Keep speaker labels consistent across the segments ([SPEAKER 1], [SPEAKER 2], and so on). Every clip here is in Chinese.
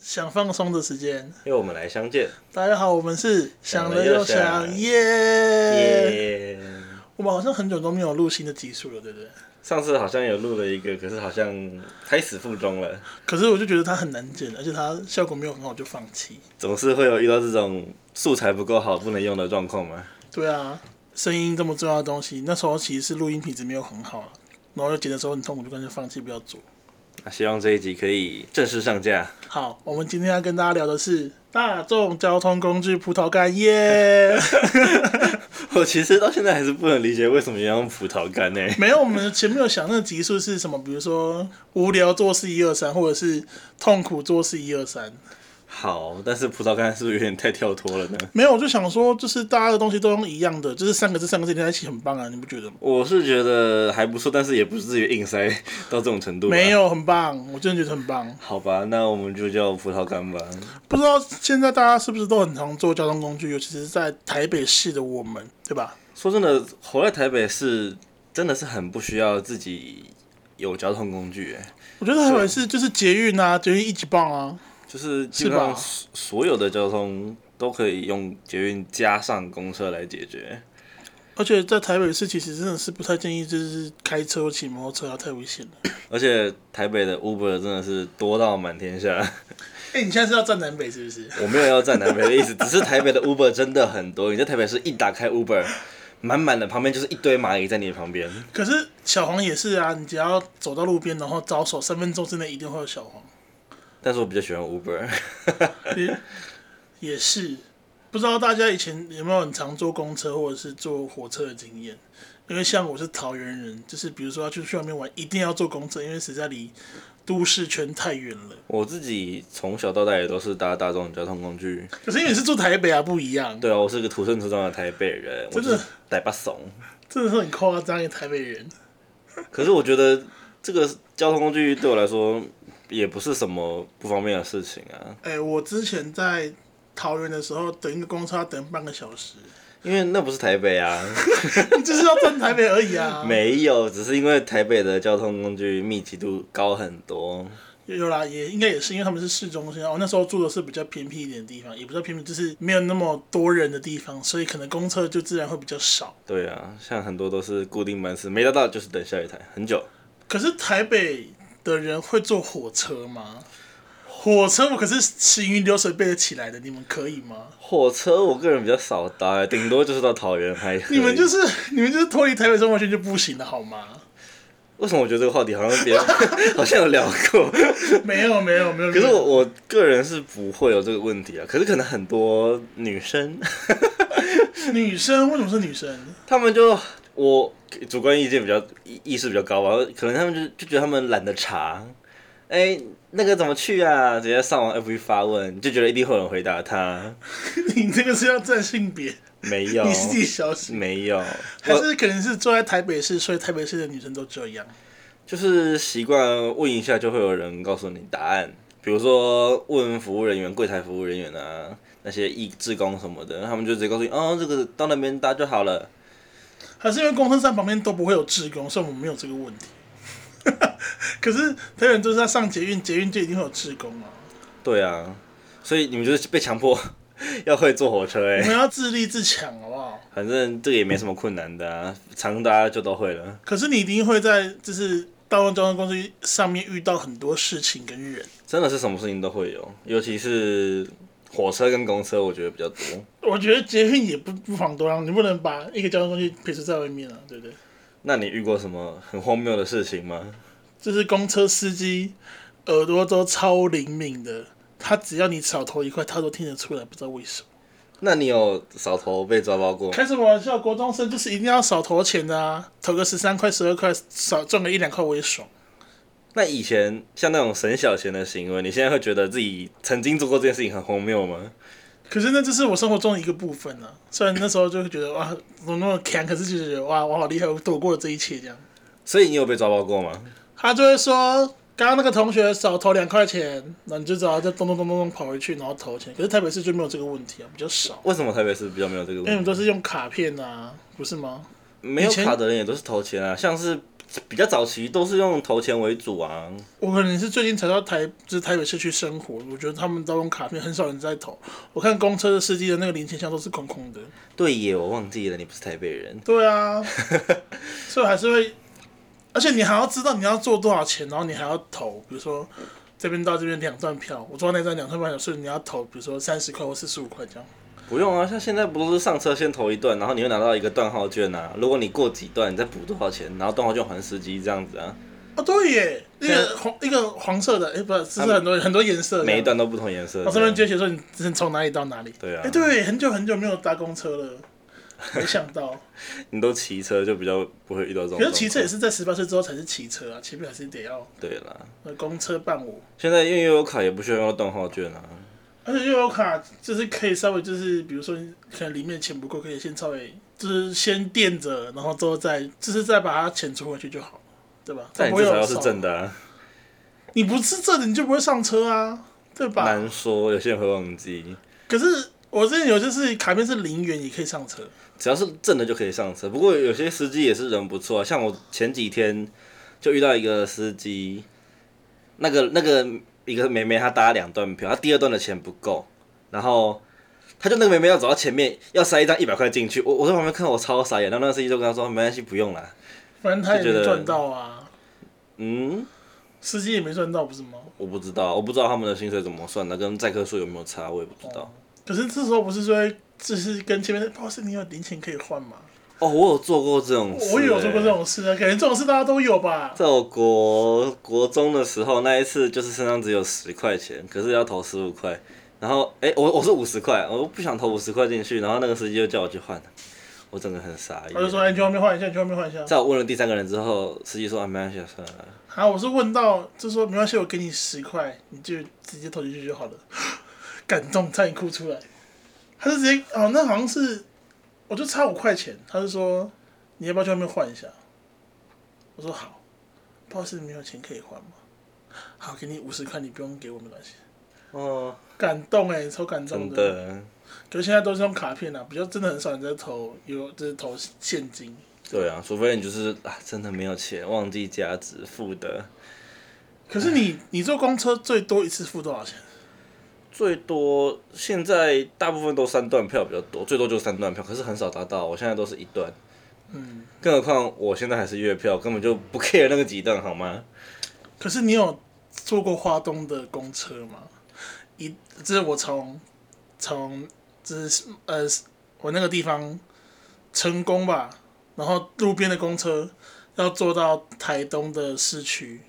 [SPEAKER 1] 想放松的时间。
[SPEAKER 2] 因为我们来相见，
[SPEAKER 1] 大家好，我们是想了又
[SPEAKER 2] 想了又
[SPEAKER 1] 想，
[SPEAKER 2] 想
[SPEAKER 1] 耶！
[SPEAKER 2] 耶、
[SPEAKER 1] 我们好像很久都没有录新的集数了，对不对？
[SPEAKER 2] 上次好像有录了一个，可是好像胎死腹中了，
[SPEAKER 1] 可是我就觉得它很难剪，而且它效果没有很好，就放弃。
[SPEAKER 2] 总是会有遇到这种素材不够好、不能用的状况嘛。
[SPEAKER 1] 对啊，声音这么重要的东西，那时候其实是录音品质没有很好，然后又剪的时候很痛苦，就干脆放弃不要做。
[SPEAKER 2] 那希望这一集可以正式上架。
[SPEAKER 1] 好，我们今天要跟大家聊的是大众交通工具葡萄干， 耶！
[SPEAKER 2] 我其实到现在还是不能理解为什么要用葡萄干欸呢、
[SPEAKER 1] 没有，我们前面有想那个级数是什么，比如说无聊做事一二三，或者是痛苦做事一二三。
[SPEAKER 2] 好，但是葡萄干是不是有点太跳脱了呢？
[SPEAKER 1] 没有，我就想说，就是大家的东西都用一样的，就是三个字三个字连在一起很棒啊，你不觉得吗？
[SPEAKER 2] 我是觉得还不错，但是也不至于硬塞到这种程度。
[SPEAKER 1] 没。有，很棒，我真的觉得很棒。
[SPEAKER 2] 好吧，那我们就叫葡萄干吧。
[SPEAKER 1] 不知道现在大家是不是都很常坐交通工具，尤其是在台北市的我们，对吧？
[SPEAKER 2] 说真的，活在台北是真的是很不需要自己有交通工具、欸，
[SPEAKER 1] 我觉得台北市就是捷运啊，捷运一级棒啊，
[SPEAKER 2] 就是基本上
[SPEAKER 1] 是吧
[SPEAKER 2] 所所有的交通都可以用捷运加上公车来解决。
[SPEAKER 1] 而且在台北市其实真的是不太建议，就是开车或骑摩托车啊，太危险了。
[SPEAKER 2] 而且台北的 Uber 真的是多到满天下，
[SPEAKER 1] 哎、你现在是要站南北是不是？
[SPEAKER 2] 我没有要站南北的意思，只是台北的 Uber 真的很多。你在台北是一打开 Uber，满满的，旁边就是一堆蚂蚁在你旁边。
[SPEAKER 1] 可是小黄也是啊，你只要走到路边，然后招手，三分钟之内一定会有小黄。
[SPEAKER 2] 但是我比较喜欢 Uber，
[SPEAKER 1] 也也是，不知道大家以前有没有很常坐公车或者是坐火车的经验？因为像我是桃园人，就是比如说要去去外面玩，一定要坐公车，因为实在离都市圈太远了。
[SPEAKER 2] 我自己从小到大也都是搭大众交通工具。
[SPEAKER 1] 可是因为你是住台北啊，不一样，
[SPEAKER 2] 对啊，我是个土生土长的台北人，我
[SPEAKER 1] 真的
[SPEAKER 2] 就是台巴怂。
[SPEAKER 1] 真的是很夸张，一个台北人。
[SPEAKER 2] 可是我觉得这个交通工具对我来说也不是什么不方便的事情啊，
[SPEAKER 1] 哎、我之前在桃园的时候，等一个公车要等半个小时，
[SPEAKER 2] 因为那不是台北啊，
[SPEAKER 1] 就是要站台北而已啊。
[SPEAKER 2] 没有，只是因为台北的交通工具密集度高很多。
[SPEAKER 1] 有有啦，也应该也是因为他们是市中心啊。我那时候住的是比较偏僻一点的地方，也不叫偏僻，就是没有那么多人的地方，所以可能公车就自然会比较少。
[SPEAKER 2] 对啊，像很多都是固定班次，没搭到就是等下一台，很久。
[SPEAKER 1] 可是台北的人会坐火车吗？火车我可是行云流水背得起来的，你们可以吗？
[SPEAKER 2] 火车我个人比较少搭、顶多就是到桃园还可以。
[SPEAKER 1] 你们就是你们就是脱离台北生活圈就不行了好吗？
[SPEAKER 2] 为什么我觉得这个话题好像别人 好像有聊过？
[SPEAKER 1] 没有没有没有。
[SPEAKER 2] 可是
[SPEAKER 1] 没有
[SPEAKER 2] 我我个人是不会有这个问题啊。可是可能很多女生，
[SPEAKER 1] 女生为什么是女生？
[SPEAKER 2] 她们就我主观意见比较意意识比较高吧，可能她们就就觉得她们懒得查，哎、那个怎么去啊？直接上网 FB 发问，就觉得一定会有人回答她。
[SPEAKER 1] 你这个是要占性别，
[SPEAKER 2] 没有
[SPEAKER 1] 你，是自己小心，
[SPEAKER 2] 没有，
[SPEAKER 1] 还
[SPEAKER 2] 我
[SPEAKER 1] 是可能是住在台北市，所以台北市的女生都这样？
[SPEAKER 2] 就是习惯问一下就会有人告诉你答案，比如说问服务人员、柜台服务人员啊。那些义志工什么的，他们就直接告诉你，哦，这个到那边搭就好了。
[SPEAKER 1] 还是因为公车站旁边都不会有志工，所以我们没有这个问题。 可是台北人就是要上捷运，捷运就一定会有志工啊。
[SPEAKER 2] 对啊，所以你们就是被强迫 要会坐火车哎、
[SPEAKER 1] 我们要自立自强，好不好？
[SPEAKER 2] 反正这个也没什么困难的啊，常大家就都会了。
[SPEAKER 1] 可是你一定会在就是大众交通工具上面遇到很多事情跟人。
[SPEAKER 2] 真的是什么事情都会有，尤其是火车跟公车，我觉得比较多。
[SPEAKER 1] 我觉得捷运也不不妨多啊让，你不能把一个交通工具撇除在外面啊，对不对？
[SPEAKER 2] 那你遇过什么很荒谬的事情吗？
[SPEAKER 1] 就是公车司机耳朵都超灵敏的，他只要你少头一块，他都听得出来，不知道为什么。
[SPEAKER 2] 那你有扫头被抓包过吗？
[SPEAKER 1] 开什么玩笑？国中生就是一定要少投钱的啊，投个十三块、十二块，少赚个一两块我也爽。
[SPEAKER 2] 那以前像那种省小钱的行为，你现在会觉得自己曾经做过这件事情很荒谬吗？
[SPEAKER 1] 可是那这是我生活中的一个部分啊。虽然那时候就会觉得哇，怎么那么强，可是就觉得哇，我好厉害，我躲过了这一切这样。
[SPEAKER 2] 所以你有被抓包过吗？
[SPEAKER 1] 他就会说，刚刚那个同学少投两块钱，然后你就只要再咚咚咚咚咚跑回去，然后投钱。可是台北市就没有这个问题啊，比较少，
[SPEAKER 2] 为什么台北市比较没有这个
[SPEAKER 1] 因为你
[SPEAKER 2] 问
[SPEAKER 1] 们
[SPEAKER 2] 题？
[SPEAKER 1] 都是用卡片啊，不是吗？
[SPEAKER 2] 没有
[SPEAKER 1] 以前
[SPEAKER 2] 卡的人也都是投钱啊，像是比较早期都是用投钱为主啊。
[SPEAKER 1] 我可能是最近才到台，就是台北市区生活，我觉得他们都用卡片，很少人在投。我看公车的司机的那个零钱箱都是空空的。
[SPEAKER 2] 对耶，我忘记了，你不是台北人。
[SPEAKER 1] 对 啊，所以还是会，而且你还要知道你要做多少钱，然后你还要投，比如说这边到这边两段票，我坐到那站两段票，所以你要投，比如说三十块或四十五块这样。
[SPEAKER 2] 不用啊，像现在不都是上车先投一段，然后你会拿到一个段号券啊。如果你过几段，你再补多少钱，然后段号券还司机这样子啊。
[SPEAKER 1] 哦，对耶，那个黄一个黄色的，哎、不是，是不是很多很多颜色的，
[SPEAKER 2] 每一段都不同颜色。
[SPEAKER 1] 我上面就写说你是从哪里到哪里。
[SPEAKER 2] 对啊
[SPEAKER 1] 哎、对，很久很久没有搭公车了，没想到。
[SPEAKER 2] 你都骑车就比较不会遇到这种。
[SPEAKER 1] 可是骑车也。是在十八岁之后才是骑车啊，前面还是得要
[SPEAKER 2] 对啦，
[SPEAKER 1] 呃公车伴我，
[SPEAKER 2] 现在因为悠游卡也不需要用到段号券啊。
[SPEAKER 1] 而且悠游卡就是可以稍微就是，比如说可能里面钱不够，可以先稍微就是先垫着，然后之后再就是再把它钱存回去就好了，对吧？
[SPEAKER 2] 但
[SPEAKER 1] 它不
[SPEAKER 2] 你
[SPEAKER 1] 会
[SPEAKER 2] 至少
[SPEAKER 1] 有
[SPEAKER 2] 要是
[SPEAKER 1] 少
[SPEAKER 2] 正的、啊，
[SPEAKER 1] 你不是正的你就不会上车啊，对吧？
[SPEAKER 2] 难说，有些人会忘记。
[SPEAKER 1] 可是我之前有就是卡片是零元也可以上车，
[SPEAKER 2] 只要是正的就可以上车。不过有些司机也是人不错、啊，像我前几天就遇到一个司机，那个那个一个妹妹她搭两段票，她第二段的钱不够，然后她就那个妹妹要走到前面要塞一张一百块进去，我我在旁边看我超傻眼，然后那个司机就跟她说没关系不用啦，
[SPEAKER 1] 反正他也
[SPEAKER 2] 就觉
[SPEAKER 1] 没
[SPEAKER 2] 得
[SPEAKER 1] 赚到啊，
[SPEAKER 2] 嗯。
[SPEAKER 1] 司机也没赚到不是吗？
[SPEAKER 2] 我不知道，我不知道他们的薪水怎么算的，跟载客数有没有差，我也不知道。
[SPEAKER 1] 可是这时候不是说就是跟前面的，不好意思，你有零钱可以换吗？
[SPEAKER 2] 哦，我有做过这种事、
[SPEAKER 1] 我也有做过
[SPEAKER 2] 欸
[SPEAKER 1] 这种事啊，感觉这种事大家都有吧？
[SPEAKER 2] 在我国国中的时候，那一次就是身上只有十块钱，可是要投十五块。然后，哎、我我是五十块，我不想投五十块进去，然后那个司机就叫我去换，我整个很傻眼
[SPEAKER 1] 我。就说，哎、你去外面换一下，你去外面换一下。
[SPEAKER 2] 在我问了第三个人之后，司机说啊，没关系啊，算了。
[SPEAKER 1] 啊，我是问到，就说没关系，我给你十块，你就直接投进去就好了。 感动，差点哭出来。他就直接哦，那好像是，我就差五块钱。他就说你要不要去外面换一下？我说好，不好意思，你没有钱可以换吗？好，给你五十块，你不用给我没关系。
[SPEAKER 2] 哦，
[SPEAKER 1] 感动哎、超感动
[SPEAKER 2] 真
[SPEAKER 1] 的。
[SPEAKER 2] 的，
[SPEAKER 1] 可是现在都是用卡片啊，比较真的很少人在投，有就是投现金。
[SPEAKER 2] 对啊，除非你就是啊，真的没有钱，忘记加值付的，
[SPEAKER 1] 可是你你坐公车最多一次付多少钱？
[SPEAKER 2] 最多现在大部分都三段票比较多，最多就三段票，可是很少达到，我现在都是一段。
[SPEAKER 1] 嗯，
[SPEAKER 2] 更何况我现在还是月票，根本就不 care 那个几段，好吗？
[SPEAKER 1] 可是你有坐过花东的公车吗？一，这是我从从这是呃我那个地方成功吧，然后路边的公车要坐到台东的市区，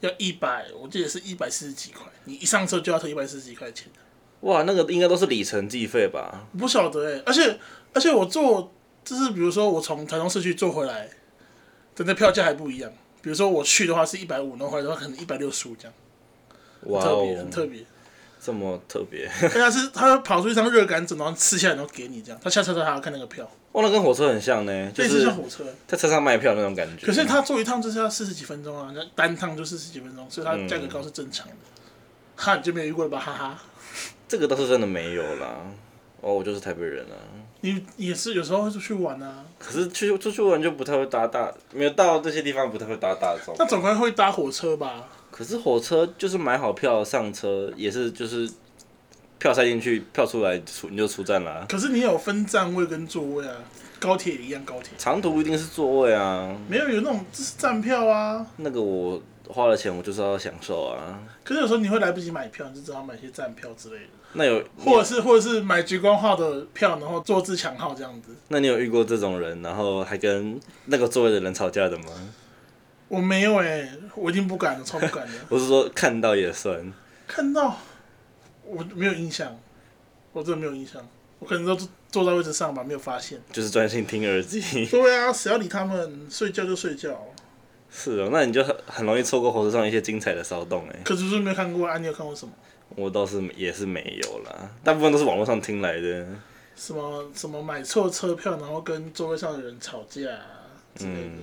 [SPEAKER 1] 要一百，我记得是一百四十几块，你一上车就要投一百四十几块钱。
[SPEAKER 2] 哇，那个应该都是里程计费吧？
[SPEAKER 1] 我不晓得哎、而且而且我坐就是比如说我从台中市区坐回来的那票价还不一样，比如说我去的话是一百五，然后回来的话可能一百六十五这样，
[SPEAKER 2] 哇
[SPEAKER 1] 特别
[SPEAKER 2] 哦
[SPEAKER 1] 很，特别。
[SPEAKER 2] 这么特别，
[SPEAKER 1] 而且他是他跑出一张热杆子，然后吃下来然后给你这样，他下车之后还要看那个票，
[SPEAKER 2] 哇，那跟火车很像呢，就
[SPEAKER 1] 类似
[SPEAKER 2] 是
[SPEAKER 1] 像火车。
[SPEAKER 2] 在车上卖票那种感觉。
[SPEAKER 1] 可是他坐一趟就是要四十几分钟啊，那单趟就四十几分钟，所以它
[SPEAKER 2] 嗯
[SPEAKER 1] 价格高是正常的。哈，你就没有遇过了吧？哈哈，
[SPEAKER 2] 这个倒是真的没有啦。哦，我就是台北人啊，
[SPEAKER 1] 你也是有时候会出去玩啊，
[SPEAKER 2] 可是去出去玩就不太会搭大，没有到这些地方不太会搭大众。
[SPEAKER 1] 那总归会搭火车吧？
[SPEAKER 2] 可是火车就是买好票上车，也是就是票塞进去，票出来出你就出站啦、
[SPEAKER 1] 可是你有分站位跟座位啊，高铁也一样，高铁
[SPEAKER 2] 长途一定是座位啊，
[SPEAKER 1] 没有有那种这是站票啊，
[SPEAKER 2] 那个我花了钱，我就是要享受啊。
[SPEAKER 1] 可是有时候你会来不及买票，你就只好买一些站票之类的，
[SPEAKER 2] 那有
[SPEAKER 1] 或者是或者是买橘光号的票，然后坐自强号这样子。
[SPEAKER 2] 那你有遇过这种人，然后还跟那个座位的人吵架的吗？
[SPEAKER 1] 我没有哎、我已经不敢了，超不敢的
[SPEAKER 2] 。我是说看到也算，
[SPEAKER 1] 看到我没有印象，我真的没有印象，我可能都坐在位置上吧，没有发现。
[SPEAKER 2] 就是专心听耳机。
[SPEAKER 1] 对啊，谁要理他们？睡觉就睡觉。
[SPEAKER 2] 是哦，那你就很很容易错过火车上一些精彩的骚动哎。
[SPEAKER 1] 可是是没有看过啊，你有看过什么？
[SPEAKER 2] 我倒是也是没有啦，大部分都是网络上听来的。
[SPEAKER 1] 什么什么买错车票，然后跟座位上的人吵架啊之类的，
[SPEAKER 2] 嗯，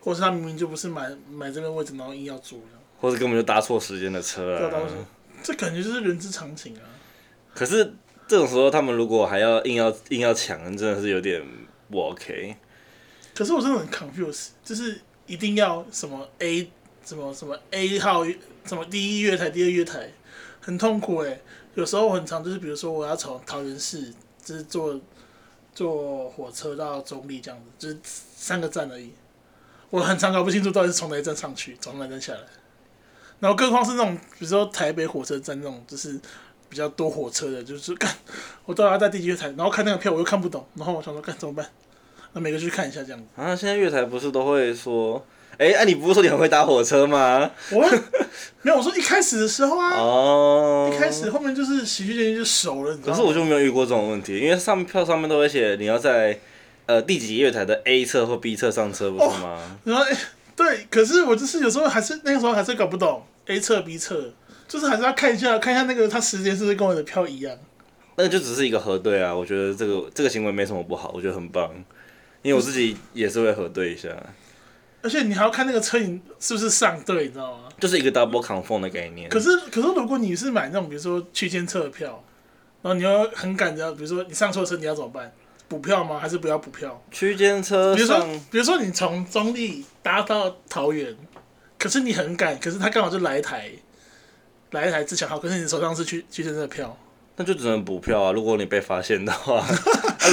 [SPEAKER 1] 或者是他明明就不是买买这边位置，然后硬要坐这
[SPEAKER 2] 或是根本就搭错时间的车
[SPEAKER 1] 样，
[SPEAKER 2] 啊
[SPEAKER 1] 不知道为
[SPEAKER 2] 啦
[SPEAKER 1] 什。么。这感觉就是人之常情啊。
[SPEAKER 2] 可是这种时候，他们如果还要硬要硬要抢，真的是有点不 OK。
[SPEAKER 1] 可是我真的很 confused，就是一定要什么 A 什么什么 A 号什么第一月台、第二月台，很痛苦哎、有时候很长，就是比如说我要从桃园市，就是坐坐火车到中立这样子，就是三个站而已。我很常搞不清楚到底是从哪一站上去，从哪一站下来。然后更何况是那种，比如说台北火车站那种，就是比较多火车的，就是干我到底要在第几月台，然后看那个票我又看不懂，然后我想说干怎么办？那每个去看一下这样子。
[SPEAKER 2] 啊，现在月台不是都会说，哎、啊，你不是说你很会搭火车吗？
[SPEAKER 1] 我没有，我说一开始的时候啊，
[SPEAKER 2] 哦，
[SPEAKER 1] 一开始后面就是喜剧演员就熟了，你知道
[SPEAKER 2] 可
[SPEAKER 1] 吗
[SPEAKER 2] 是我就没有遇过这种问题，因为上票上面都会写你要在呃第几月台的 A 侧或 B 侧上车，不是吗？
[SPEAKER 1] 然后、哎对，可是我就是有时候还是那个时候还是搞不懂 A 侧 B 侧，就是还是要看一下看一下那个他时间是不是跟我的票一样。
[SPEAKER 2] 那个就只是一个核对啊，我觉得这个这个行为没什么不好，我觉得很棒，因为我自己也是会核对一下，
[SPEAKER 1] 而且你还要看那个车你是不是上对，你知道吗？
[SPEAKER 2] 就是一个 double confirm 的概念。
[SPEAKER 1] 可是可是如果你是买那种比如说区间车的票，然后你要很赶着，比如说你上错车你要怎么办？补票吗？还是不要补票？
[SPEAKER 2] 区间车
[SPEAKER 1] 比如说
[SPEAKER 2] 上，
[SPEAKER 1] 比如说你从中立搭到桃园，可是你很赶，可是他刚好就来一台，来一台自强号，可是你手上是区区间车的票，
[SPEAKER 2] 那就只能补票啊。如果你被发现的话， 啊、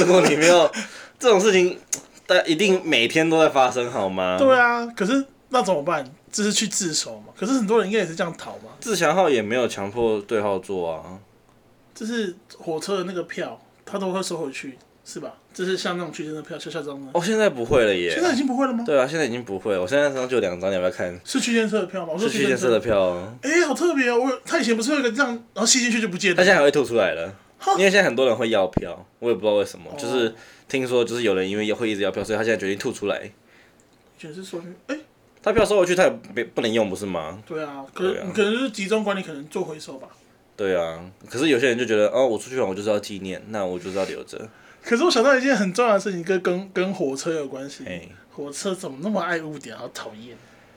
[SPEAKER 2] 如果你没有这种事情，但一定每天都在发生，好吗？
[SPEAKER 1] 对啊，可是那怎么办？这是去自首嘛？可是很多人应该也是这样逃嘛，
[SPEAKER 2] 自强号也没有强迫对号坐啊。
[SPEAKER 1] 就是火车的那个票，他都会收回去，是吧？就是像那种区间的票，像像这样的，
[SPEAKER 2] 哦，现在不会了耶。
[SPEAKER 1] 现在已经不会了吗？
[SPEAKER 2] 对啊，现在已经不会了。我现在手上就有两张，你要不要看？
[SPEAKER 1] 是区间车的票吗？我说
[SPEAKER 2] 是区间车
[SPEAKER 1] 车
[SPEAKER 2] 的。票哦，
[SPEAKER 1] 哎、好特别哦！我他以前不是有一个这样，然后吸进去就不见
[SPEAKER 2] 它
[SPEAKER 1] 了。
[SPEAKER 2] 现在还会吐出来了，
[SPEAKER 1] 哈
[SPEAKER 2] 因为现在很多人会要票，我也不知道为什么，
[SPEAKER 1] 哦
[SPEAKER 2] 就是听说就是有人因为会一直要票，所以他现在决定吐出来。
[SPEAKER 1] 全是说明，哎、
[SPEAKER 2] 他票收回去，他也没不能用，不是吗？
[SPEAKER 1] 对啊，可
[SPEAKER 2] 对啊
[SPEAKER 1] 可能就是集中管理，可能做回收吧。
[SPEAKER 2] 对啊，可是有些人就觉得，哦，我出去玩我就是要纪念，那我就是要留着。
[SPEAKER 1] 可是我想到一件很重要的事情，跟跟跟火车有关系。
[SPEAKER 2] 哎，
[SPEAKER 1] 火车怎么那么爱误点，好讨厌，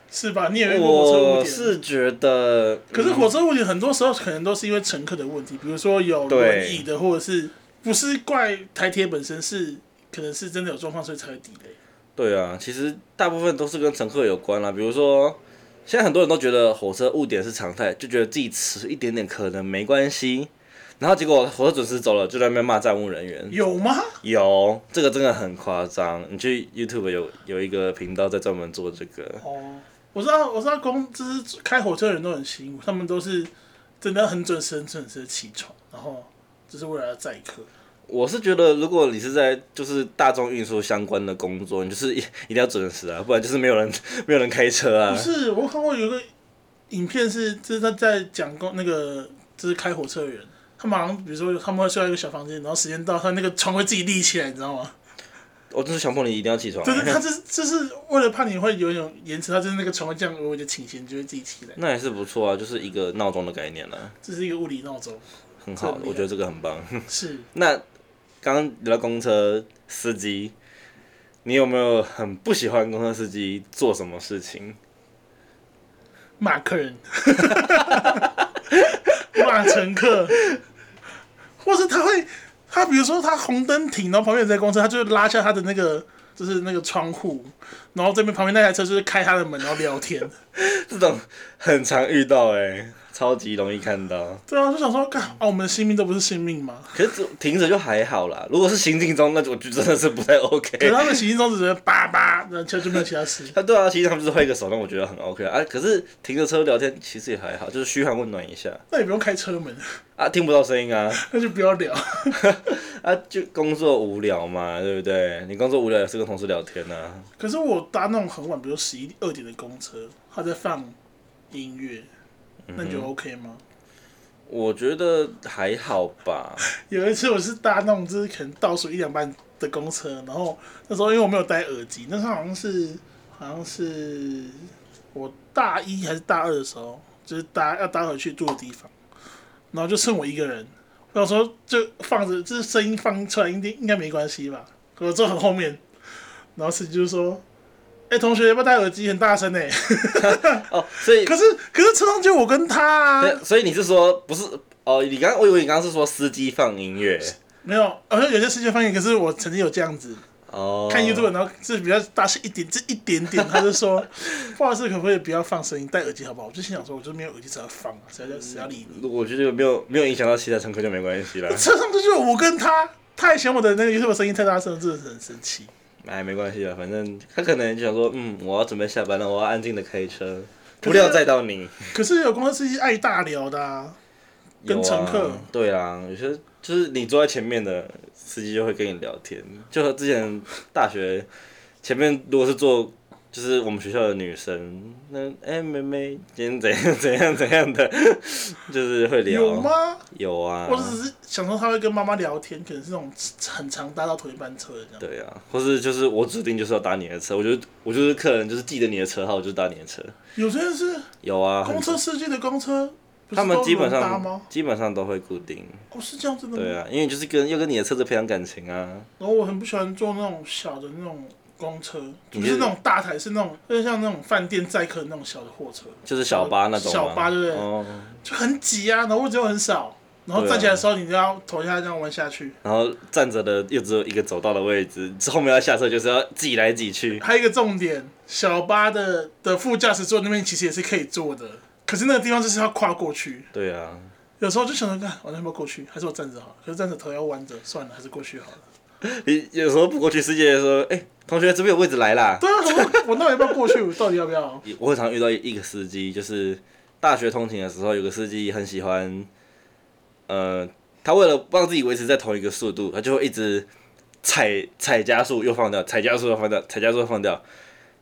[SPEAKER 1] 是吧？你也遇过火车误
[SPEAKER 2] 我
[SPEAKER 1] 点？
[SPEAKER 2] 是觉得，
[SPEAKER 1] 可是
[SPEAKER 2] 嗯
[SPEAKER 1] 火车误点很多时候可能都是因为乘客的问题，比如说有
[SPEAKER 2] 对
[SPEAKER 1] 轮椅的，或者是不是怪台铁本身是，可能是真的有状况，所以才会 delay。
[SPEAKER 2] 对啊，其实大部分都是跟乘客有关啦、比如说，现在很多人都觉得火车误点是常态，就觉得自己迟一点点可能没关系，然后结果火车准时走了，就在那边骂站务人员。
[SPEAKER 1] 有吗？
[SPEAKER 2] 有这个真的很夸张，你去 YouTube 有有一个频道在专门做这个，
[SPEAKER 1] 哦，我知道，我知道公，就是开火车的人都很辛苦，他们都是真的很准时、很准时的起床，然后就是为了要载客。
[SPEAKER 2] 我是觉得，如果你是在就是大众运输相关的工作，你就是一一定要准时啊，不然就是没有人没有人开车啊
[SPEAKER 1] 不。是，我看过有个影片是，就是他在讲公那个就是开火车的人，他们好像比如说他们会睡在一个小房间，然后时间到，他那个床会自己立起来，你知道吗？
[SPEAKER 2] 我就是强迫你一定要起床啊、
[SPEAKER 1] 就是他就是就是为了怕你会有一种延迟，他就是那个床会这样微微的倾斜，你就会自己起来，
[SPEAKER 2] 那也是不错啊，就是一个闹钟的概念了、
[SPEAKER 1] 这是一个物理闹钟。
[SPEAKER 2] 很好
[SPEAKER 1] 这很厉，害
[SPEAKER 2] 我觉得这个很棒。
[SPEAKER 1] 是，
[SPEAKER 2] 那刚刚聊到公车司机，你有没有很不喜欢公车司机做什么事情？
[SPEAKER 1] 骂客人， 骂乘客，或是他会，他比如说他红灯停，然后旁边有在公车，他就会拉下他的那个就是那个窗户，然后这边旁边那台车就是开他的门，然后聊天。
[SPEAKER 2] 这种很常遇到哎、超级容易看到。
[SPEAKER 1] 对啊，就想说，干啊，我们的性命都不是性命吗？
[SPEAKER 2] 可是停着就还好啦，如果是行进中，那就我就真的是不太 OK。
[SPEAKER 1] 可是他们行进中只是叭叭，然后就没有其他事。
[SPEAKER 2] 啊，对啊，其实他们就是挥个手，那我觉得很 OK 啊。可是停着车聊天其实也还好，就是嘘寒问暖一下
[SPEAKER 1] 那也不用开车门，
[SPEAKER 2] 啊，听不到声音啊
[SPEAKER 1] 那就不要聊。
[SPEAKER 2] 啊，就工作无聊嘛，对不对？你工作无聊也是跟同事聊天啊，
[SPEAKER 1] 可是我搭那种很晚，比如十一二点的公车，他在放音乐，那你觉得 OK 吗？
[SPEAKER 2] 我觉得还好吧。
[SPEAKER 1] 有一次我是搭那种就是可能倒数一两班的公车，然后那时候因为我没有戴耳机，那时候好像是好像是我大一还是大二的时候，就是搭要搭回去住的地方，然后就剩我一个人，我想说就放着，就是声音放出来应该应该没关系吧，可我坐很后面，然后司机就说。哎、同学，要不要戴耳机？很大声呢、
[SPEAKER 2] 哦，所以
[SPEAKER 1] 可是，可是车上就我跟他、啊，
[SPEAKER 2] 对所以你是说不是？哦，你刚我以为你刚刚是说司机放音乐
[SPEAKER 1] 没有，好像有些事情发现，可是我曾经有这样子，
[SPEAKER 2] 哦，
[SPEAKER 1] 看 YouTube，然后是比较大声一点，这一点点，他就 说，不好意思，可不可以不要放声音，戴耳机好不好？我就心想说，我就没有耳机才要放啊，谁要谁要理你？，
[SPEAKER 2] 我觉得没有没有影响到其他乘客就没关系啦
[SPEAKER 1] 车上就是我跟他，他还嫌我的那个 YouTube 声音太大声，真的是很生气。
[SPEAKER 2] 哎，没关系啦，反正他可能就想说，嗯，我要准备下班了，我要安静的开车，
[SPEAKER 1] 可是
[SPEAKER 2] 不料载到你，
[SPEAKER 1] 可是有公车司机爱大聊的啊，跟
[SPEAKER 2] 有啊
[SPEAKER 1] 乘客
[SPEAKER 2] 对啊，有些就是你坐在前面的司机就会跟你聊天，就和之前大学前面如果是坐就是我们学校的女生，那哎、妹妹今天怎样怎样怎样的，就是会聊，
[SPEAKER 1] 有吗？
[SPEAKER 2] 有啊
[SPEAKER 1] 我，只是想说他会跟妈妈聊天，可能是那种很常搭到同一班车的这样。
[SPEAKER 2] 对啊，或是就是我指定就是要搭你的车，我就我就是客人就是记得你的车号，我就搭你的车，
[SPEAKER 1] 有些人是
[SPEAKER 2] 有啊，很
[SPEAKER 1] 公车司机的公车，不是
[SPEAKER 2] 他们
[SPEAKER 1] 都
[SPEAKER 2] 基本
[SPEAKER 1] 轮搭吗
[SPEAKER 2] 上？基本上都会固定，
[SPEAKER 1] 哦，是这样子的吗？
[SPEAKER 2] 对啊，因为就是跟要跟你的车子培养感情啊，
[SPEAKER 1] 然后我很不喜欢坐那种小的那种公车，就
[SPEAKER 2] 你
[SPEAKER 1] 不
[SPEAKER 2] 是
[SPEAKER 1] 是那种大台，是那种就是像那种饭店载客的那种小的货车，
[SPEAKER 2] 就是小巴那种嘛
[SPEAKER 1] 小巴对不对
[SPEAKER 2] 哦，
[SPEAKER 1] 就很挤啊，然后位置又很少，然后
[SPEAKER 2] 对啊
[SPEAKER 1] 站起来的时候你就要头一下这样弯下去。
[SPEAKER 2] 然后站着的又只有一个走道的位置，后面要下车就是要挤来挤去。
[SPEAKER 1] 还有一个重点，小巴的的副驾驶座那边其实也是可以坐的，可是那个地方就是要跨过去。
[SPEAKER 2] 对啊，
[SPEAKER 1] 有时候就想着，看我要不要过去，还是我站着好了。可是站着头要弯着，算了，还是过去好了。
[SPEAKER 2] 你有时候不过去世界说，哎、同学这边有位置来啦。
[SPEAKER 1] 对啊，我我到底要不要过去？我到底要不要？
[SPEAKER 2] 我很常遇到一个司机，就是大学通勤的时候，有个司机很喜欢，呃，他为了让自己维持在同一个速度，他就会一直踩踩加速又放掉，踩加速又放掉，踩加速又放掉，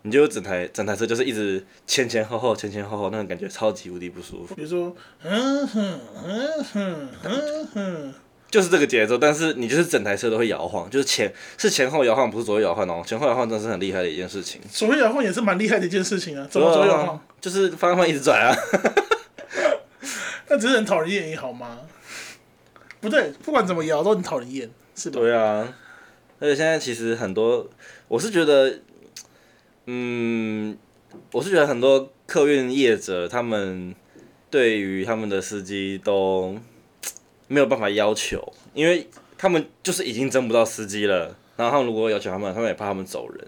[SPEAKER 2] 你就整台整台车就是一直前前后后前前后后，那种感觉超级无敌不舒服。
[SPEAKER 1] 比如说，嗯哼，嗯哼，嗯哼，
[SPEAKER 2] 就是这个节奏，但是你就是整台车都会摇晃，就是前是前后摇晃，不是左右摇晃哦，前后摇晃真的是很厉害的一件事情。
[SPEAKER 1] 左右摇晃也是蛮厉害的一件事情啊。怎么左右摇晃？？
[SPEAKER 2] 就是方向盘一直转啊。
[SPEAKER 1] 那只是很讨人厌而已，好吗？不对，不管怎么摇都很讨人厌，是吧？
[SPEAKER 2] 对啊，而且现在其实很多，我是觉得，嗯，我是觉得很多客运业者他们对于他们的司机都没有办法要求，因为他们就是已经争不到司机了，然后他们如果要求他们，他们也怕他们走人，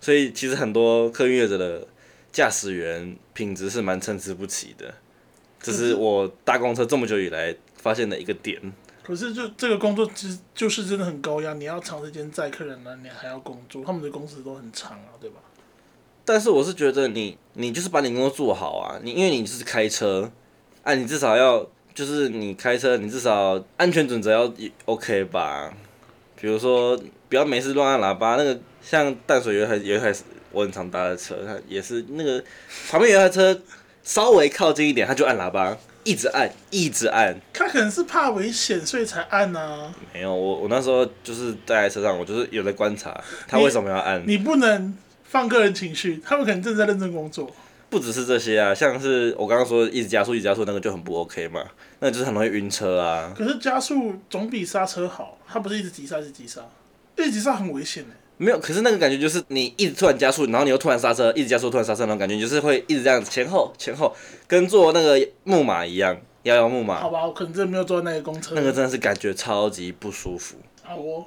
[SPEAKER 2] 所以其实很多客运业者的驾驶员品质是蛮参差不齐的，这是我搭公车这么久以来发现的一个点。
[SPEAKER 1] 可是就这个工作其实就是真的很高压，你要长时间载客人呢、你还要工作，他们的工时都很长啊，对吧？
[SPEAKER 2] 但是我是觉得你你就是把你工作做好啊，你因为你是开车，啊，你至少要就是你开车，你至少安全准则要 OK 吧？比如说不要没事乱按喇叭，那个像淡水有一台有一台我很常搭的车，它也是那个旁边有一台车稍微靠近一点，它就按喇叭，一直按一直按。
[SPEAKER 1] 他可能是怕危险，所以才按啊。
[SPEAKER 2] 没有，我我那时候就是在车上，我就是有在观察他为什么要按。
[SPEAKER 1] 你不能放个人情绪，他们可能正在认真工作。
[SPEAKER 2] 不只是这些啊，像是我刚刚说的一直加速、一直加速那个就很不 OK 嘛，那就是很容易晕车啊。
[SPEAKER 1] 可是加速总比刹车好，他不是一直急刹，一直急刹，一直急刹很危险欸的、
[SPEAKER 2] 没有，可是那个感觉就是你一直突然加速，然后你又突然刹车，一直加速突然刹车那种感觉，你就是会一直这样前后前后，跟坐那个木马一样，摇摇木马
[SPEAKER 1] 好，吧，我可能真的没有坐在那个公车。
[SPEAKER 2] 啊那个真的是感觉超级不舒服。
[SPEAKER 1] 啊，我，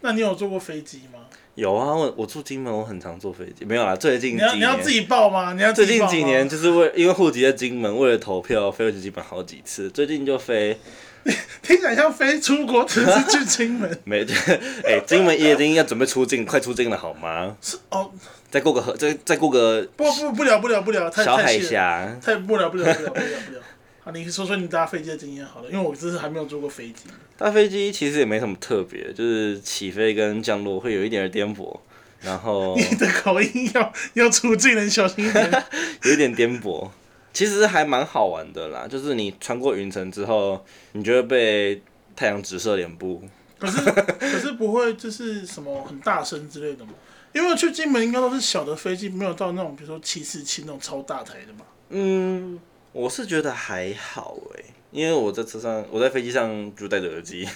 [SPEAKER 1] 那你有坐过飞机吗？
[SPEAKER 2] 有啊，我我住金门，我很常坐飞机，没有啦，最近
[SPEAKER 1] 你
[SPEAKER 2] 几
[SPEAKER 1] 要你要
[SPEAKER 2] 年。
[SPEAKER 1] 自己啊报吗？你要自
[SPEAKER 2] 最
[SPEAKER 1] 己
[SPEAKER 2] 近
[SPEAKER 1] 报
[SPEAKER 2] 几
[SPEAKER 1] 吗
[SPEAKER 2] 年，就是为因为户籍在金门，为了投票飞去金门好几次，最近就飞。
[SPEAKER 1] 听起来像飞出国，只是去金门
[SPEAKER 2] 没， 哎、金门也已经要准备出境，快出境了好吗？
[SPEAKER 1] 是哦，
[SPEAKER 2] 再过个河，再再过个
[SPEAKER 1] 不不不聊不聊不聊，太
[SPEAKER 2] 小
[SPEAKER 1] 太
[SPEAKER 2] 海
[SPEAKER 1] 细了，
[SPEAKER 2] 峡，
[SPEAKER 1] 太不聊不聊不聊不聊不聊。啊，你说说你搭飞机的经验好了，因为我真是还没有坐过飞机。
[SPEAKER 2] 搭飞机其实也没什么特别，就是起飞跟降落会有一点儿颠簸，然后
[SPEAKER 1] 你的口音要要出镜了，你小心一点。
[SPEAKER 2] 有一点颠簸，其实还蛮好玩的啦。就是你穿过云层之后，你就会被太阳直射脸部。
[SPEAKER 1] 可是可是不会就是什么很大声之类的吗？因为去金门应该都是小的飞机，没有到那种比如说七四七那种超大台的嘛。
[SPEAKER 2] 嗯，我是觉得还好诶、因为我在车上，我在飞机上就戴着耳机，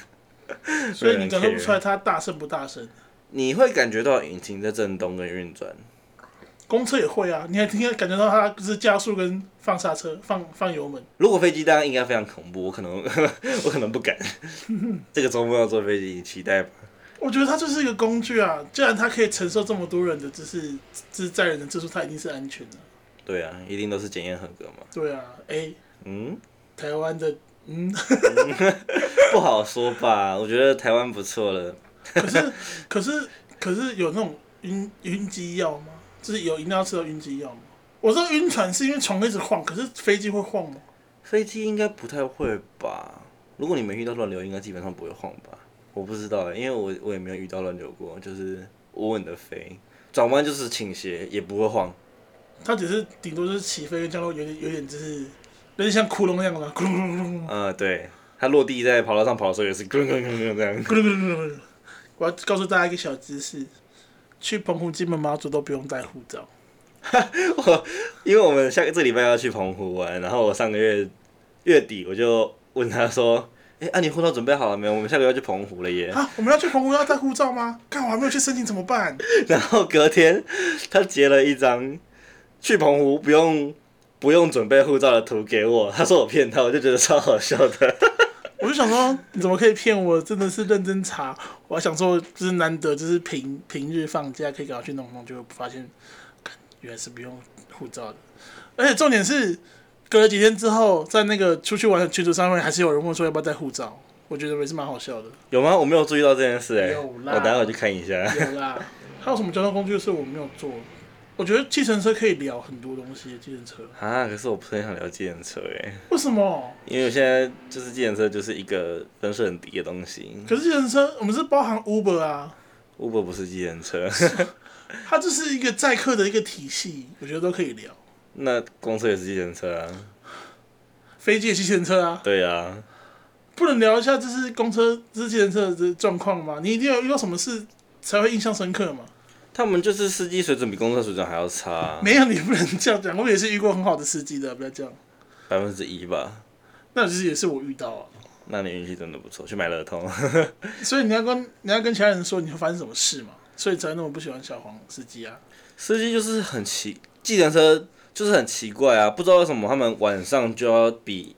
[SPEAKER 1] 所以你感受不出来它大声不大声。
[SPEAKER 2] 你会感觉到引擎在震动跟运转。
[SPEAKER 1] 公车也会啊，你还听感觉到它就是加速跟放刹车、放放油门。
[SPEAKER 2] 如果飞机当然应 该非常恐怖，我可能我可能不敢。这个周末要坐飞机，你期待吗？
[SPEAKER 1] 我觉得它就是一个工具啊，既然它可以承受这么多人的，就是就是载人的次数，它一定是安全的。
[SPEAKER 2] 对啊，一定都是检验合格嘛。
[SPEAKER 1] 对啊，哎，
[SPEAKER 2] 嗯，
[SPEAKER 1] 台湾的，嗯，
[SPEAKER 2] 不好说吧？我觉得台湾不错了。
[SPEAKER 1] 可是可是可是有那种晕晕机药吗？就是有一定要吃到晕机药吗？我知道晕船是因为床会一直晃，可是飞机会晃吗？
[SPEAKER 2] 飞机应该不太会吧？如果你没遇到乱流，应该基本上不会晃吧？我不知道欸，因为我我也没有遇到乱流过，就是稳稳的飞，转弯就是倾斜，也不会晃。
[SPEAKER 1] 它只是顶多就是起飞跟降落有点有点就是有点像窟窿那样的，咕噜咕噜咕噜咕噜
[SPEAKER 2] 呃，对，它落地在跑道上跑的时候也是 咕噜咕噜咕噜咕噜这样。
[SPEAKER 1] 咕噜咕噜咕噜咕噜。 我要告诉大家一个小知识：去澎湖、金门、马祖都不用带护照。
[SPEAKER 2] 因为我们下个这礼拜要去澎湖玩，然后我上个月月底我就问他说：“哎、啊你护照准备好了没有？我们下个月要去澎湖了耶。
[SPEAKER 1] 啊，我们要去澎湖要带护照吗？看我还没有去申请怎么办？”
[SPEAKER 2] 然后隔天他截了一张去澎湖不用不用准备护照的图给我，他说我骗他，我就觉得超好笑的。
[SPEAKER 1] 我就想说，你怎么可以骗我？真的是认真查。我还想说，就是难得就是平平日放假可以赶快去弄弄，就发现看原来是不用护照的。而且重点是，隔了几天之后，在那个出去玩的群组上面，还是有人问说要不要带护照。我觉得也是蛮好笑的。
[SPEAKER 2] 有吗？我没有注意到这件事哎、
[SPEAKER 1] 有啦
[SPEAKER 2] 我待会去看一下。
[SPEAKER 1] 有啦， 还有什么交通工具是我没有做？我觉得计程车可以聊很多东西，计程车
[SPEAKER 2] 啊，可是我不是很想聊计程车哎、
[SPEAKER 1] 为什么？
[SPEAKER 2] 因为我现在就是计程车就是一个分数很低的东西
[SPEAKER 1] 可是计程车我们是包含 Uber 啊，
[SPEAKER 2] ，Uber 不是计程车，
[SPEAKER 1] 它就是一个载客的一个体系，我觉得都可以聊。
[SPEAKER 2] 那公车也是计程车啊，
[SPEAKER 1] 飞机也是计程车啊，
[SPEAKER 2] 对啊。
[SPEAKER 1] 不能聊一下就是公车、就是计程车的状况吗？你一定有遇到什么事才会印象深刻吗？
[SPEAKER 2] 他们就是司机水准比公车水准还要差，
[SPEAKER 1] 没有，你不能这样讲。我也是遇过很好的司机的，不要这样。
[SPEAKER 2] 百分之一吧。
[SPEAKER 1] 那其实也是我遇到啊，
[SPEAKER 2] 那你运气真的不错，去买乐通。
[SPEAKER 1] 所以你要跟你要跟其他人说你会发生什么事嘛，所以才那么不喜欢小黄司机啊。
[SPEAKER 2] 司机就是很奇，计程车就是很奇怪啊，不知道为什么他们晚上就要比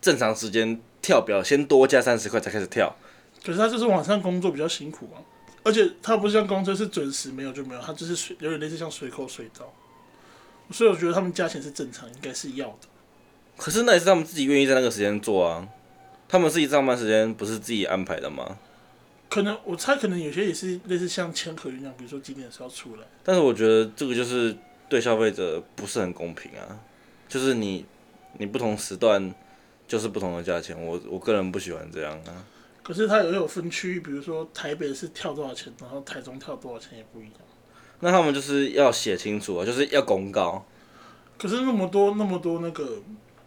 [SPEAKER 2] 正常时间跳表先多加三十块才开始跳。
[SPEAKER 1] 可是他就是晚上工作比较辛苦啊，而且他不是像公车是准时没有就没有，他就是随有点类似像随口随到，所以我觉得他们价钱是正常，应该是要的。
[SPEAKER 2] 可是那也是他们自己愿意在那个时间做啊，他们自己上班时间不是自己安排的吗？
[SPEAKER 1] 可能我猜，可能有些也是类似像签合约那样，比如说几点的时候出来，
[SPEAKER 2] 但是我觉得这个就是对消费者不是很公平啊，就是你你不同时段就是不同的价钱，我我个人不喜欢这样啊。
[SPEAKER 1] 可是它也有分区域，比如说台北是跳多少钱，然后台中跳多少钱也不一样。
[SPEAKER 2] 那他们就是要写清楚啊，就是要公告
[SPEAKER 1] 可是那么多那么多那个，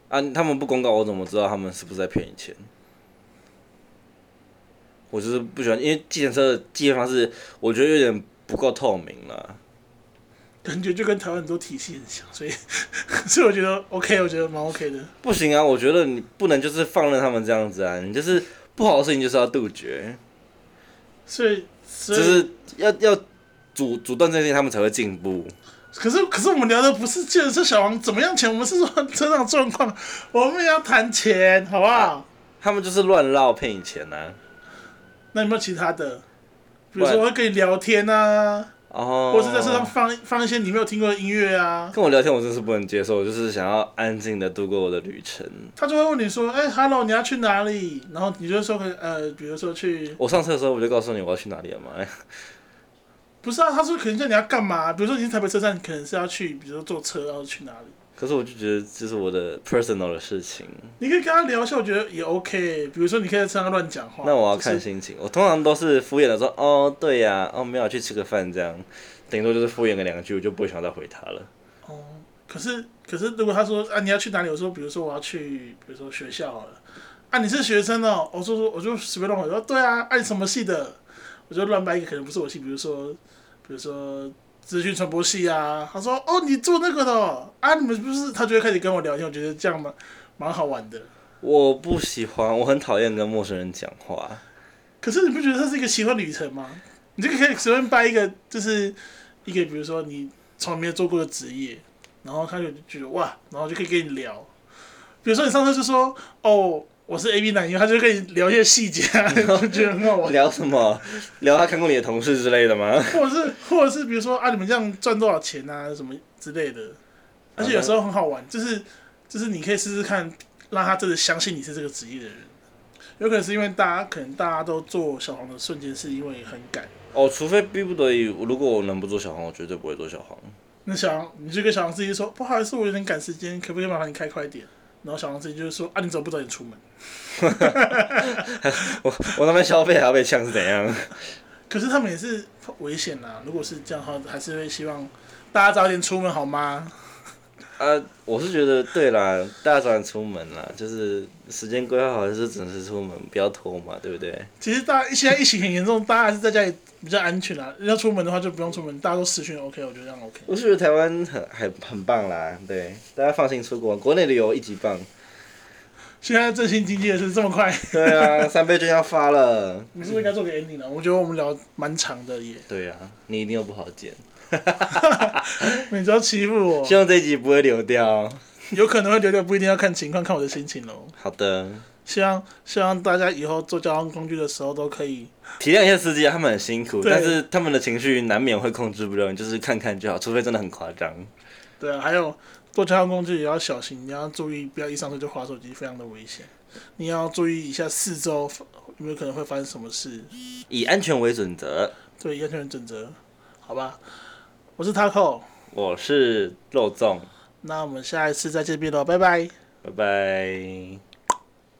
[SPEAKER 2] 啊！他们不公告，我怎么知道他们是不是在骗你钱？我就是不喜欢，因为计程车的计费方式，我觉得有点不够透明了。
[SPEAKER 1] 感觉就跟台湾很多体系很像，所以 所以我觉得 OK，我觉得蛮 OK 的。
[SPEAKER 2] 不行啊，我觉得你不能就是放任他们这样子啊，你就是不好的事情就是要杜绝，
[SPEAKER 1] 所以所
[SPEAKER 2] 就
[SPEAKER 1] 以、
[SPEAKER 2] 是要要阻阻断这些，他们才会进步。
[SPEAKER 1] 可是，可是我们聊的不是借着这小王怎么样钱，我们是说车上的状况， 我们也要谈钱，好不好？
[SPEAKER 2] 他们就是乱绕骗你钱啊。
[SPEAKER 1] 那有没有其他的？比如说我会跟你聊天啊，
[SPEAKER 2] 哦，
[SPEAKER 1] 或是在车上放放一些你没有听过的音乐啊，
[SPEAKER 2] 跟我聊天，我真是不能接受，我就是想要安静的度过我的旅程。
[SPEAKER 1] 他就会问你说：“哎、h e l l o 你要去哪里？”然后你就说：“呃，比如说去……
[SPEAKER 2] 我上车的时候我就告诉你我要去哪里了嘛。
[SPEAKER 1] 不是啊，他说可能叫你要干嘛？比如说你去台北车站，可能是要去，比如说坐车，然后去哪里？
[SPEAKER 2] 可是我就觉得这是我的 personal 的事情，
[SPEAKER 1] 你可以跟他聊一下，我觉得也 OK。比如说你可以在车上乱讲话，
[SPEAKER 2] 那我要
[SPEAKER 1] 哦就
[SPEAKER 2] 看
[SPEAKER 1] 是
[SPEAKER 2] 心情。我通常都是敷衍的说，哦，对呀、哦，没有去吃个饭这样，顶多就是敷衍个两句，我就不会想再回他了。
[SPEAKER 1] 哦，可是可是，如果他说啊你要去哪里，我说比如说我要去，比如说学校好了，啊你是学生哦，我说说我就随便乱回，我说对啊，啊你什么系的？我就乱掰一个可能不是我系，比如说比如说资讯传播系啊，他说哦你做那个的哦、啊你们不是，他就会开始跟我聊天，我觉得这样蛮蛮好玩的。
[SPEAKER 2] 我不喜欢，我很讨厌跟陌生人讲话。
[SPEAKER 1] 可是你不觉得这是一个奇幻旅程吗？你这个可以随便掰一个，就是一个，比如说你从来没有做过的职业，然后他就觉得哇，然后就可以跟你聊。比如说你上次就说哦，我是 A B 男优，他就可以聊一些细节啊，就觉得很好玩。
[SPEAKER 2] 聊 什么？聊他看过你的同事之类的吗？
[SPEAKER 1] 或者是或者是比如说啊，你们这样赚多少钱啊，什么之类的。而且有时候很好玩，就是就是你可以试试看，让他真的相信你是这个职业的人。有可能是因为大家可能大家都做小黄的瞬间是因为很赶。
[SPEAKER 2] 哦，除非逼不得已，如果我能不做小黄，我绝对不会做小黄。
[SPEAKER 1] 那小黄，你就跟小黄司机说，不好意思，我有点赶时间，可不可以麻烦你开快一点？然后小黄司机就是说，啊，你怎么不早点出门？
[SPEAKER 2] 我那边消费还要被呛是怎样？
[SPEAKER 1] 可是他们也是危险呐、如果是这样的话，还是会希望大家早点出门好吗？
[SPEAKER 2] 啊，我是觉得对啦，大家早点出门啦，就是时间规划好，就是准时出门，不要拖嘛，对不对？
[SPEAKER 1] 其实大家现在疫情很严重，大家还是在家里比较安全啊。要出门的话就不用出门，大家都实训 OK，我觉得这样 OK。
[SPEAKER 2] 我是觉得台湾很很很棒啦，对，大家放心出国，国内旅游一级棒。
[SPEAKER 1] 现在振兴经济也是这么快，
[SPEAKER 2] 对啊， 三倍券要发了。
[SPEAKER 1] 你是不是应该做个 ending 了？我觉得我们聊蛮长的耶，
[SPEAKER 2] 对啊，你一定又不好剪，
[SPEAKER 1] 你不要欺负我
[SPEAKER 2] 希，望这一集不会流掉。
[SPEAKER 1] 有可能会留留，不一定要看情况，看我的心情喽。
[SPEAKER 2] 好的，
[SPEAKER 1] 希望希望大家以后坐交通工具的时候都可以，
[SPEAKER 2] 体谅一下司机啊，他们很辛苦，
[SPEAKER 1] 对
[SPEAKER 2] 但是他们的情绪难免会控制不了，你就是看看就好，除非真的很夸张。
[SPEAKER 1] 对啊，还有坐交通工具也要小心，你要注意，不要一上车就划手机，非常的危险。你要注意一下四周有没有可能会发生什么事，
[SPEAKER 2] 以安全为准则，
[SPEAKER 1] 对安全人准则，好吧？我是 Taco，
[SPEAKER 2] 我是肉粽，
[SPEAKER 1] 那我们下一次再见面喽，拜拜。
[SPEAKER 2] 拜拜。